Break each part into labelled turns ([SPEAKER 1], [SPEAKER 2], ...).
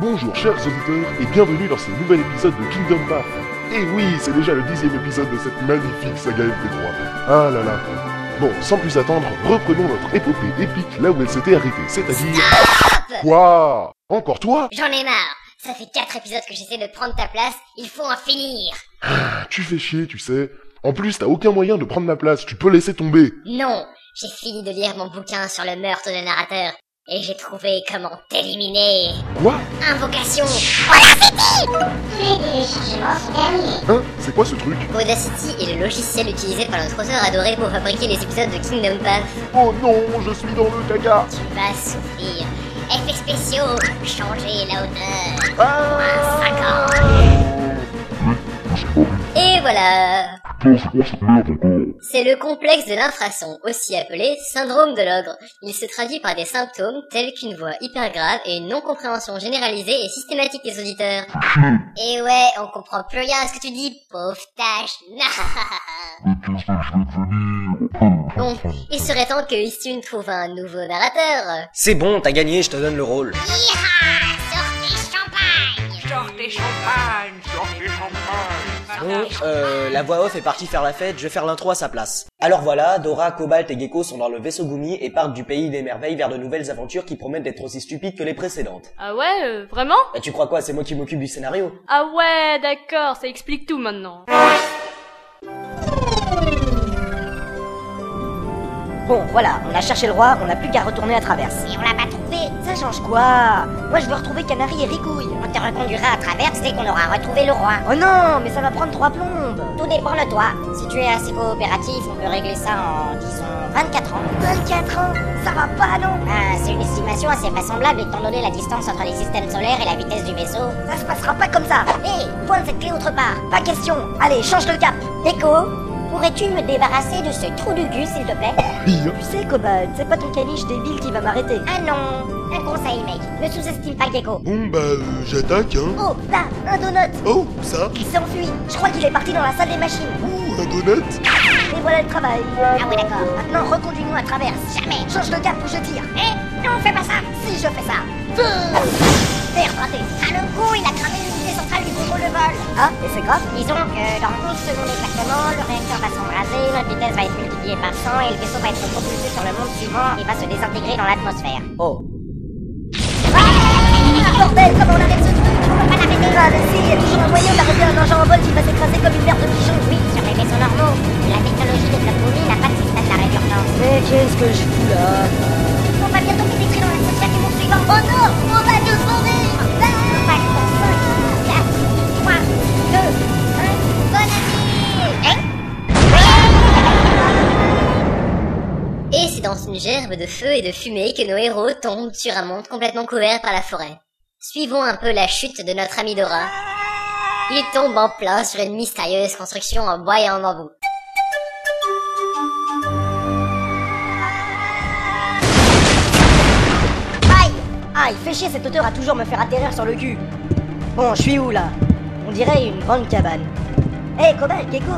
[SPEAKER 1] Bonjour chers auditeurs et bienvenue dans ce nouvel épisode de Kingdom Park. Et oui, c'est déjà le dixième épisode de cette magnifique saga MP3. Ah là là. Bon, sans plus attendre, reprenons notre épopée épique là où elle s'était arrêtée, c'est-à-dire... Quoi Encore toi
[SPEAKER 2] J'en ai marre Ça fait quatre épisodes que j'essaie de prendre ta place, il faut en finir
[SPEAKER 1] Tu fais chier, tu sais. En plus, t'as aucun moyen de prendre ma place, tu peux laisser tomber.
[SPEAKER 2] Non J'ai fini de lire mon bouquin sur le meurtre de narrateur, et j'ai trouvé comment t'éliminer
[SPEAKER 1] Quoi
[SPEAKER 2] Invocation
[SPEAKER 1] Hein C'est quoi ce truc
[SPEAKER 2] Audacity est le logiciel utilisé par notre auteur adoré pour fabriquer les épisodes de Kingdom Path.
[SPEAKER 1] Oh non, je suis dans le caca
[SPEAKER 2] Tu vas souffrir Effets spéciaux Changer la hauteur
[SPEAKER 1] Ah
[SPEAKER 2] 50 Et voilà C'est le complexe de l'infrason, aussi appelé syndrome de l'ogre. Il se traduit par des symptômes tels qu'une voix hyper grave et une non-compréhension généralisée et systématique des auditeurs. Et ouais, on comprend plus rien à ce que tu dis, pauvre tâche. Donc, il serait temps que Istune trouve un nouveau narrateur.
[SPEAKER 3] C'est bon, t'as gagné, je te donne le rôle.
[SPEAKER 4] Sortez champagne, sortez
[SPEAKER 5] Ah,
[SPEAKER 4] champagne.
[SPEAKER 3] Bon, euh, la voix off est partie faire la fête, je vais faire l'intro à sa place. Alors voilà, Dora, Cobalt et Gecko sont dans le vaisseau Gumi et partent du pays des merveilles vers de nouvelles aventures qui promettent d'être aussi stupides que les précédentes.
[SPEAKER 6] Ah ouais, euh, vraiment
[SPEAKER 3] Bah tu crois quoi, c'est moi qui m'occupe du scénario
[SPEAKER 6] Ah ouais, d'accord, ça explique tout maintenant.
[SPEAKER 7] Bon, voilà, on a cherché le roi, on n'a plus qu'à retourner à Traverse.
[SPEAKER 2] Et on l'a pas trouvé
[SPEAKER 7] Ça change quoi Moi, je veux retrouver Canary et Ricouille.
[SPEAKER 2] On te reconduira à travers dès qu'on aura retrouvé le roi.
[SPEAKER 7] Oh non, mais ça va prendre trois plombes.
[SPEAKER 2] Tout dépend de toi. Si tu es assez coopératif, on peut régler ça en, disons, 24 ans.
[SPEAKER 7] 24 ans, ça va pas, non
[SPEAKER 2] Ah, c'est une estimation assez vraisemblable étant donné la distance entre les systèmes solaires et la vitesse du vaisseau.
[SPEAKER 7] Ça se passera pas comme ça.
[SPEAKER 2] Hé, pointe cette clé autre part.
[SPEAKER 7] Pas question. Allez, change de cap.
[SPEAKER 2] Echo, pourrais-tu me débarrasser de ce trou du cul, s'il te plaît
[SPEAKER 7] Oh, Tu sais, Cobalt, c'est pas ton caniche débile qui va m'arrêter.
[SPEAKER 2] Ah non Un conseil, mec, ne sous-estime pas Gecko.
[SPEAKER 8] Bon bah euh, j'attaque hein
[SPEAKER 7] Oh, là, un donut
[SPEAKER 8] Oh ça
[SPEAKER 7] Il s'enfuit. Je crois qu'il est parti dans la salle des machines.
[SPEAKER 8] Ouh un donut
[SPEAKER 7] Et voilà le travail.
[SPEAKER 2] Ah ouais, d'accord.
[SPEAKER 7] Maintenant, reconduis-nous à Traverse.
[SPEAKER 2] Jamais
[SPEAKER 7] Change de cap ou je tire.
[SPEAKER 2] Hé, Eh, non, fais pas ça
[SPEAKER 7] Si je fais ça.
[SPEAKER 2] Merde, raté Ah, le coup, il a cramé l'unité centrale du contrôle de vol
[SPEAKER 7] Ah, et c'est grave
[SPEAKER 2] Disons que dans 12 secondes exactement, le réacteur va s'embraser, notre vitesse va être multipliée par 100 et le vaisseau va être propulsé sur le monde suivant et va se désintégrer dans l'atmosphère. Ah,
[SPEAKER 3] Oh.
[SPEAKER 7] Bordel, comment on arrête ce truc On peut pas l'arrêter Ah, mais si, il y a toujours un moyen d'arrêter un engin en vol qui va s'écraser comme une merde de pigeon.
[SPEAKER 2] Oui, sur les vaisseaux normaux, la technologie de notre Boomy n'a pas de système d'arrêt d'urgence.
[SPEAKER 7] Mais qu'est-ce que je fous là
[SPEAKER 2] On va bientôt pénétrer dans l'atmosphère du monde suivant. Oh non On va tous mourir Pas de console. 4, 3, 2, 1, bonne année Et c'est dans une gerbe de feu et de fumée que nos héros tombent sur un monde complètement couvert par la forêt. Suivons un peu la chute de notre ami Dora. Il tombe en plein sur une mystérieuse construction en bois et en bambou.
[SPEAKER 7] Aïe Aïe, fais chier, cette odeur à toujours me faire atterrir sur le cul. Bon, je suis où là On dirait une grande cabane. Hé, hey, Cobalt, Gecko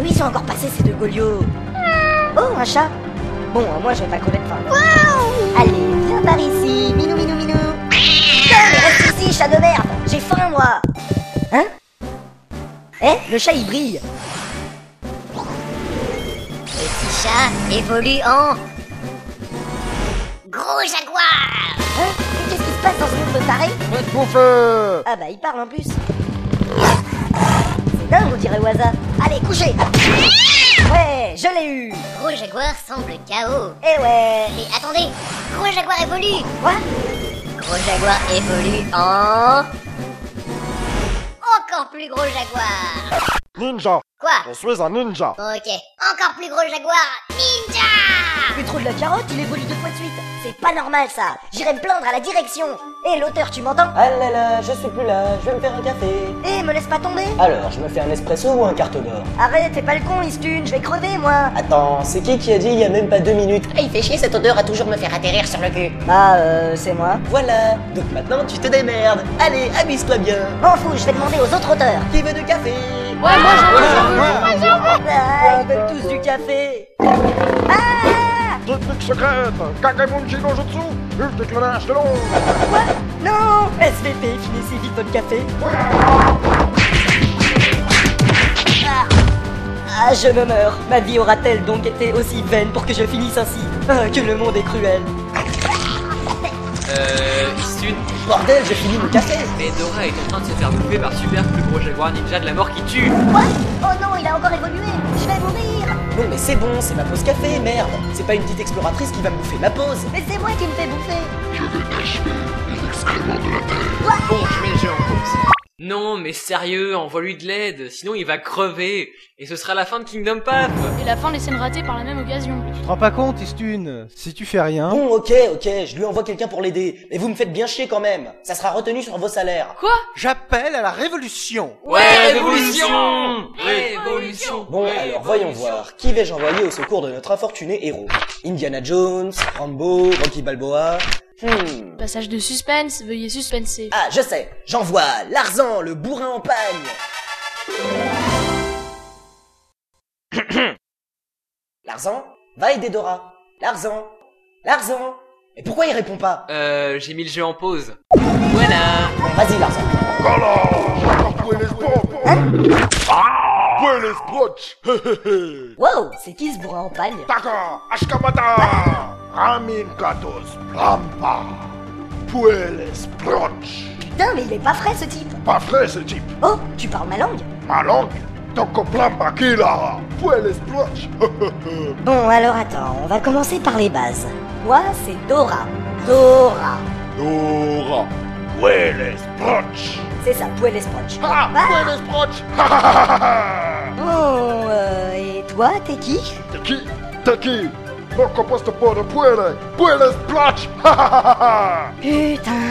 [SPEAKER 7] Où ils sont encore passés ces deux goliots Oh, un chat Bon, moi je vais pas crever de faim. Allez, viens par ici, minou minou minou Putain, mais reste ici, chat de merde J'ai faim moi Hein Eh, le chat il brille
[SPEAKER 2] Le petit chat évolue en... Gros jaguar
[SPEAKER 7] Hein Mais qu'est-ce qui se passe dans ce monde de taré
[SPEAKER 1] feu
[SPEAKER 7] Ah bah il parle en plus C'est dingue on dirait Waza Allez couchez Ouais je l'ai eu
[SPEAKER 2] Gros jaguar semble KO.
[SPEAKER 7] Eh ouais
[SPEAKER 2] Mais attendez Gros jaguar évolue
[SPEAKER 7] Quoi
[SPEAKER 2] Gros jaguar évolue en... Encore plus gros jaguar
[SPEAKER 1] Ninja
[SPEAKER 2] Quoi
[SPEAKER 1] suis un ninja
[SPEAKER 2] Ok. Encore plus gros jaguar Ninja
[SPEAKER 7] Plus trop de la carotte, il évolue deux fois de suite C'est pas normal ça J'irai me plaindre à la direction Eh l'auteur tu m'entends
[SPEAKER 3] Ah là là, je suis plus là, je vais me faire un café.
[SPEAKER 7] Eh me laisse pas tomber
[SPEAKER 3] Alors, je me fais un espresso ou un carton d'or
[SPEAKER 7] Arrête, fais pas le con, Istune, je vais crever moi
[SPEAKER 3] Attends, c'est qui qui a dit il y a même pas deux minutes
[SPEAKER 2] Il fait chier cette odeur à toujours me faire atterrir sur le cul.
[SPEAKER 7] Bah euh, c'est moi.
[SPEAKER 3] Voilà, donc maintenant tu te démerdes. Allez, amuse-toi bien.
[SPEAKER 7] M'en fous, je vais demander aux autres auteurs.
[SPEAKER 3] Qui veut du café Oh,
[SPEAKER 6] Ouais, moi j'en veux, j'en veux.
[SPEAKER 7] Ah, ils veulent tous du café Ah
[SPEAKER 1] technique secrète Kakamunji no Jutsu Multiclonage de l'ombre
[SPEAKER 7] Non SVP, finissez vite votre café Ah. Ah, je me meurs Ma vie aura-t-elle donc été aussi vaine pour que je finisse ainsi Ah, Que le monde est cruel
[SPEAKER 9] Euh. Istune
[SPEAKER 7] Bordel, j'ai fini mon café
[SPEAKER 9] Mais Dora est en train de se faire bouffer par Super, plus gros jaguar ninja de la mort qui tue
[SPEAKER 7] Oh non, il a encore évolué Je vais mourir Non mais c'est bon, c'est ma pause café, merde C'est pas une petite exploratrice qui va me bouffer ma pause Mais c'est moi qui me fais bouffer
[SPEAKER 9] Bon, je mets le jeu en pause. Non, mais sérieux, envoie-lui de l'aide, sinon il va crever, et ce sera la fin de Kingdom Path
[SPEAKER 6] Et la fin laissait me rater par la même occasion.
[SPEAKER 10] Tu te rends pas compte, Istune Si tu fais rien...
[SPEAKER 3] Bon, ok, ok, je lui envoie quelqu'un pour l'aider, mais vous me faites bien chier quand même. Ça sera retenu sur vos salaires.
[SPEAKER 6] Quoi
[SPEAKER 10] J'appelle à la révolution
[SPEAKER 9] Ouais, révolution Révolution
[SPEAKER 3] Bon,
[SPEAKER 9] bah,
[SPEAKER 3] alors voyons voir, qui vais-je envoyer au secours de notre infortuné héros Indiana Jones, Rambo, Rocky Balboa... Hmm...
[SPEAKER 6] Passage de suspense, veuillez suspenser.
[SPEAKER 3] Ah, je sais J'envoie Larzan, le bourrin en pagne Larzan Va aider Dora Larzan Larzan Mais pourquoi il répond pas
[SPEAKER 9] Euh, j'ai mis le jeu en pause. Voilà
[SPEAKER 3] Bon, vas-y Larzan
[SPEAKER 1] Buenos Broch
[SPEAKER 7] Wow, c'est qui ce bourrin en pagne
[SPEAKER 1] Taka Ashkamata Ramin Katos Plampa Pueles Broch
[SPEAKER 7] Putain, mais il est pas frais ce type
[SPEAKER 1] Pas vrai ce type
[SPEAKER 7] Oh, tu parles ma langue
[SPEAKER 1] Ma langue Toko Plampa Kila Pueles Broch
[SPEAKER 7] Bon, alors attends, on va commencer par les bases. Moi, c'est Dora. Dora.
[SPEAKER 1] Dora Pueles Broch
[SPEAKER 7] C'est ça, Pouel Esproche.
[SPEAKER 1] Ah Pueles Broch Ha, ha, ha, ha, ha.
[SPEAKER 7] Bon, euh, et toi, t'es qui
[SPEAKER 1] T'es qui T'es qui Toko Posto Podo Puele Pueles Broch Ha, ha, ha, ha, ha.
[SPEAKER 7] Putain,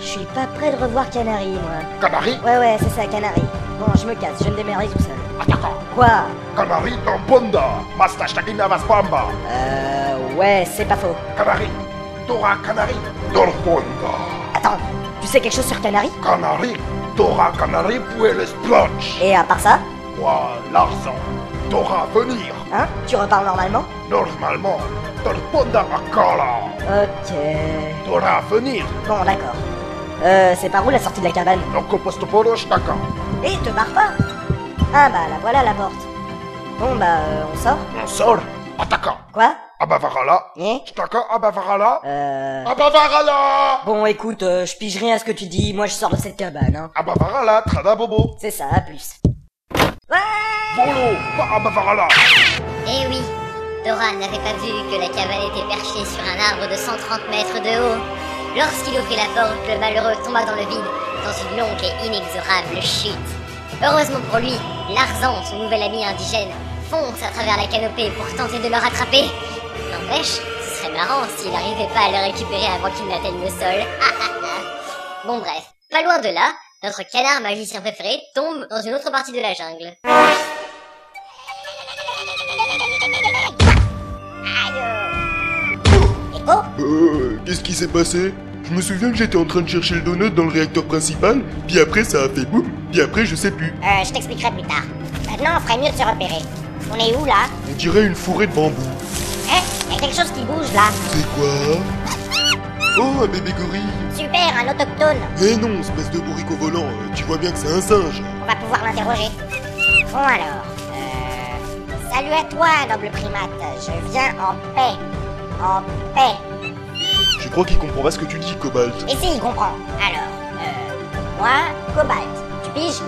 [SPEAKER 7] je suis pas prêt de revoir Canary, moi.
[SPEAKER 1] Canari
[SPEAKER 7] Ouais, ouais, c'est ça, Canary. Bon, je me casse, je me démerderai tout seul.
[SPEAKER 1] Ataka
[SPEAKER 7] Quoi
[SPEAKER 1] Canari Tambonda Mastache Takina Vaspamba
[SPEAKER 7] Euh, ouais, c'est pas faux.
[SPEAKER 1] Canari Dora Canari Dorfonda
[SPEAKER 7] Attends, tu sais quelque chose sur Canary
[SPEAKER 1] Canari, Dora Canari Pueles Blanche.
[SPEAKER 7] Et à part ça,
[SPEAKER 1] Moi, l'argent. Dora venir.
[SPEAKER 7] hein, tu reparles normalement
[SPEAKER 1] Normalement, Torponda Makala.
[SPEAKER 7] Ok.
[SPEAKER 1] Dora venir.
[SPEAKER 7] Bon, d'accord. Euh, c'est par où la sortie de la cabane
[SPEAKER 1] Donc, Postoporo Shtaka.
[SPEAKER 7] Eh, te barre pas Ah bah, la voilà la porte. Bon bah, euh, on sort
[SPEAKER 1] On sort. Ataka.
[SPEAKER 7] Quoi
[SPEAKER 1] Abavarala.
[SPEAKER 7] Hein
[SPEAKER 1] Shtaka Abavarala.
[SPEAKER 7] Euh...
[SPEAKER 1] Abavarala.
[SPEAKER 7] Bon, écoute, euh, je pige rien à ce que tu dis, moi je sors de cette cabane, hein.
[SPEAKER 1] Abavarala, Tradabobo.
[SPEAKER 7] C'est ça, à plus.
[SPEAKER 1] Bolo, pas Abavarala.
[SPEAKER 2] Eh oui, Dora n'avait pas vu que la cabane était perchée sur un arbre de 130 mètres de haut. Lorsqu'il ouvrit la porte, le malheureux tomba dans le vide, dans une longue et inexorable chute. Heureusement pour lui, Larzan, son nouvel ami indigène, fonce à travers la canopée pour tenter de le rattraper. N'empêche, ce serait marrant s'il n'arrivait pas à le récupérer avant qu'il n'atteigne le sol. Ah, bon bref, pas loin de là, notre canard magicien préféré tombe dans une autre partie de la jungle.
[SPEAKER 8] Euh, qu'est-ce qui s'est passé Je me souviens que j'étais en train de chercher le donut dans le réacteur principal, puis après ça a fait boum, puis après je sais plus.
[SPEAKER 11] Euh, je t'expliquerai plus tard. Maintenant, on ferait mieux de se repérer. On est où là
[SPEAKER 8] On dirait une forêt de bambou.
[SPEAKER 11] Hein Y a quelque chose qui bouge là.
[SPEAKER 8] C'est quoi Oh, un bébé gorille
[SPEAKER 11] Super, un autochtone.
[SPEAKER 8] Eh non, espèce de bourrico volant, euh, tu vois bien que c'est un singe
[SPEAKER 11] On va pouvoir l'interroger. Bon alors. Euh... Salut à toi, noble primate. Je viens en paix. En paix.
[SPEAKER 8] Je crois qu'il comprend pas ce que tu dis, Cobalt.
[SPEAKER 11] Et si, il comprend. Alors, euh... Moi, Cobalt. Tu piges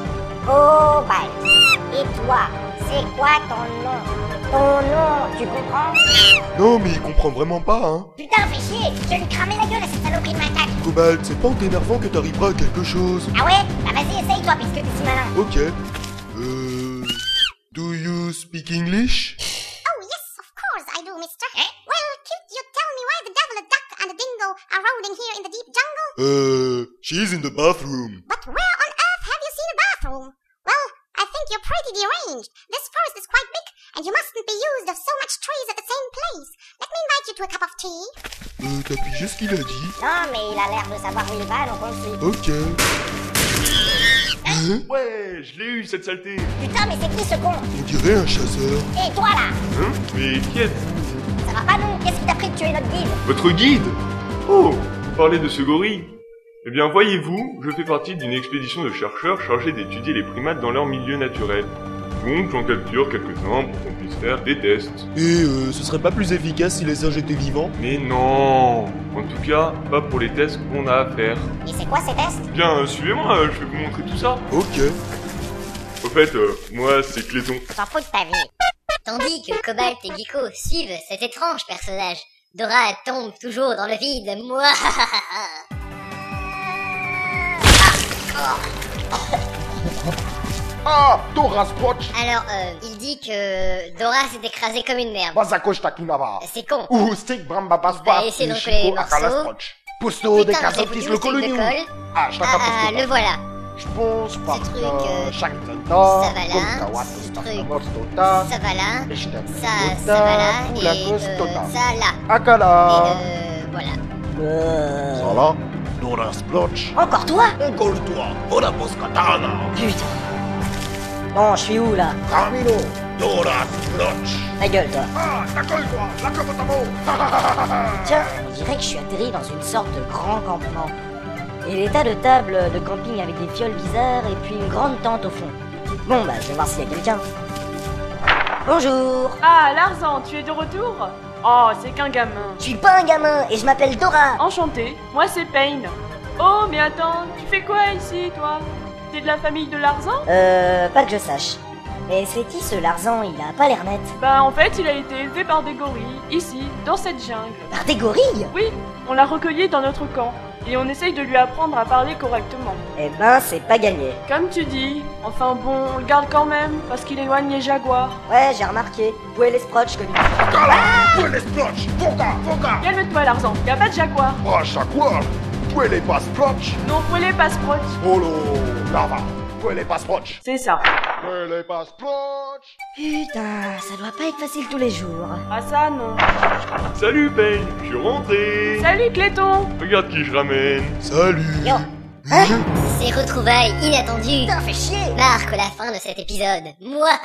[SPEAKER 11] Cobalt. Et toi, c'est quoi ton nom Ton nom, tu comprends
[SPEAKER 8] Non, mais il comprend vraiment pas, hein
[SPEAKER 11] Putain, fais chier Je vais lui cramer la gueule à cette saloperie de macaque.
[SPEAKER 8] Cobalt, c'est pas en t'énervant que t'arriveras à quelque chose.
[SPEAKER 11] Ah ouais Bah vas-y, essaye toi, puisque t'es si malin.
[SPEAKER 8] Ok. Euh... Do you speak English
[SPEAKER 11] Oh, yes, of course I do, mister. Eh? Well, could you tell me why the devil, a duck, and a dingo are roaming here in the deep jungle?
[SPEAKER 8] Euh... She's in the bathroom.
[SPEAKER 11] But where on earth have you seen a bathroom? Well, I think you're pretty deranged. This forest is quite big, and you mustn't be used of so much trees at the same place. Let me invite you to a cup of tea.
[SPEAKER 8] Euh, t'as pigé ce qu'il a dit
[SPEAKER 11] Non, mais il a l'air de savoir où il va, donc on le suit.
[SPEAKER 8] Ok. Hein
[SPEAKER 1] Ouais, je l'ai eu cette saleté.
[SPEAKER 11] Putain, mais c'est qui ce con
[SPEAKER 8] On dirait un chasseur.
[SPEAKER 11] Et toi là
[SPEAKER 1] Hein Mais Piet,
[SPEAKER 11] Ça va pas non Qu'est-ce que
[SPEAKER 12] est notre guide
[SPEAKER 5] Votre guide Oh vous Parlez de ce gorille Eh bien, voyez-vous, je fais partie d'une expédition de chercheurs chargée d'étudier les primates dans leur milieu naturel. Donc, j'en capture quelques-uns pour qu'on puisse faire des tests.
[SPEAKER 13] Et euh, ce serait pas plus efficace si les singes étaient vivants
[SPEAKER 5] Mais non En tout cas, pas pour les tests qu'on a à faire.
[SPEAKER 12] Et c'est quoi ces tests
[SPEAKER 5] Bien, euh, suivez-moi, euh, je vais vous montrer tout ça.
[SPEAKER 13] Ok.
[SPEAKER 5] Au fait, euh, moi, c'est Cléton.
[SPEAKER 12] T'en fous de ta vie
[SPEAKER 2] Tandis que Cobalt et Gecko suivent cet étrange personnage, Dora tombe toujours dans le vide. Moi.
[SPEAKER 1] Ah, Dora Squatch
[SPEAKER 2] Alors, euh, il dit que euh, Dora s'est écrasée comme une merde.
[SPEAKER 1] Bazakosh Takunaba
[SPEAKER 2] C'est con.
[SPEAKER 1] Ouh, Stick Bramba Baspa
[SPEAKER 2] Bah, essayez de recoller les morceaux.
[SPEAKER 1] Posto de
[SPEAKER 2] Putain, j'ai
[SPEAKER 1] Casatis
[SPEAKER 2] voulu
[SPEAKER 1] le
[SPEAKER 2] que je
[SPEAKER 1] colonie
[SPEAKER 2] le colle.
[SPEAKER 1] Ah, je
[SPEAKER 2] Ah, ah, le voilà.
[SPEAKER 1] Je pense par
[SPEAKER 2] Ce truc, euh,
[SPEAKER 1] chaque
[SPEAKER 2] ça va là, ce truc,
[SPEAKER 1] Ah.
[SPEAKER 2] Ça va là. Ça, ça va là.
[SPEAKER 1] Tota,
[SPEAKER 2] Et
[SPEAKER 1] la
[SPEAKER 2] euh,
[SPEAKER 1] cause Tota.
[SPEAKER 2] ça là.
[SPEAKER 1] Akala
[SPEAKER 2] Euh, voilà.
[SPEAKER 1] Ça là Dora Splotch
[SPEAKER 7] Euh. Encore toi
[SPEAKER 1] Encore toi Dora Boskatana
[SPEAKER 7] Putain Bon, Oh, je suis où là
[SPEAKER 1] Camino Dora Splotch
[SPEAKER 7] Ta gueule toi
[SPEAKER 1] Ah, ta gueule toi La queue de ta mort
[SPEAKER 7] Tiens, on dirait que je suis atterri dans une sorte de grand campement. Et des tas de tables de camping avec des fioles bizarres et puis une grande tente au fond. Bon bah je vais voir s'il y a quelqu'un. Bonjour
[SPEAKER 14] Ah, Larzan, tu es de retour Oh, c'est qu'un gamin.
[SPEAKER 7] Je suis pas un gamin et je m'appelle Dora
[SPEAKER 14] Enchanté, moi c'est Payne. Oh, mais attends, tu fais quoi ici, toi T'es de la famille de Larzan
[SPEAKER 7] Euh, pas que je sache. Mais c'est qui ce Larzan Il a pas l'air net.
[SPEAKER 14] Bah, en fait, il a été élevé par des gorilles, ici, dans cette jungle.
[SPEAKER 7] Par des gorilles
[SPEAKER 14] Oui, on l'a recueilli dans notre camp. Et on essaye de lui apprendre à parler correctement.
[SPEAKER 7] Eh ben, c'est pas gagné.
[SPEAKER 14] Comme tu dis, enfin bon, on le garde quand même, parce qu'il éloigne les jaguars.
[SPEAKER 7] Ouais, j'ai remarqué. Où est les Sproch connus
[SPEAKER 1] Akala Où est les Splotch Foka Foka
[SPEAKER 14] Calme-toi, Larzan, y a pas de jaguar.
[SPEAKER 1] Ah, Chakwar Où est les pas Splotch
[SPEAKER 14] Non, prenez pas ce proche.
[SPEAKER 1] Olo Lava Où est les pas Splotch
[SPEAKER 14] C'est ça.
[SPEAKER 1] Où est les pas Splotch
[SPEAKER 7] Putain, ça doit pas être facile tous les jours. hein.
[SPEAKER 14] Ah ça, non.
[SPEAKER 5] Salut, Payne Je suis rentré
[SPEAKER 14] Salut, Cléton
[SPEAKER 5] Regarde qui je ramène
[SPEAKER 13] Salut
[SPEAKER 2] Yo. Hein Ces retrouvailles inattendues
[SPEAKER 7] Putain, fais chier
[SPEAKER 2] marquent la fin de cet épisode. Moi.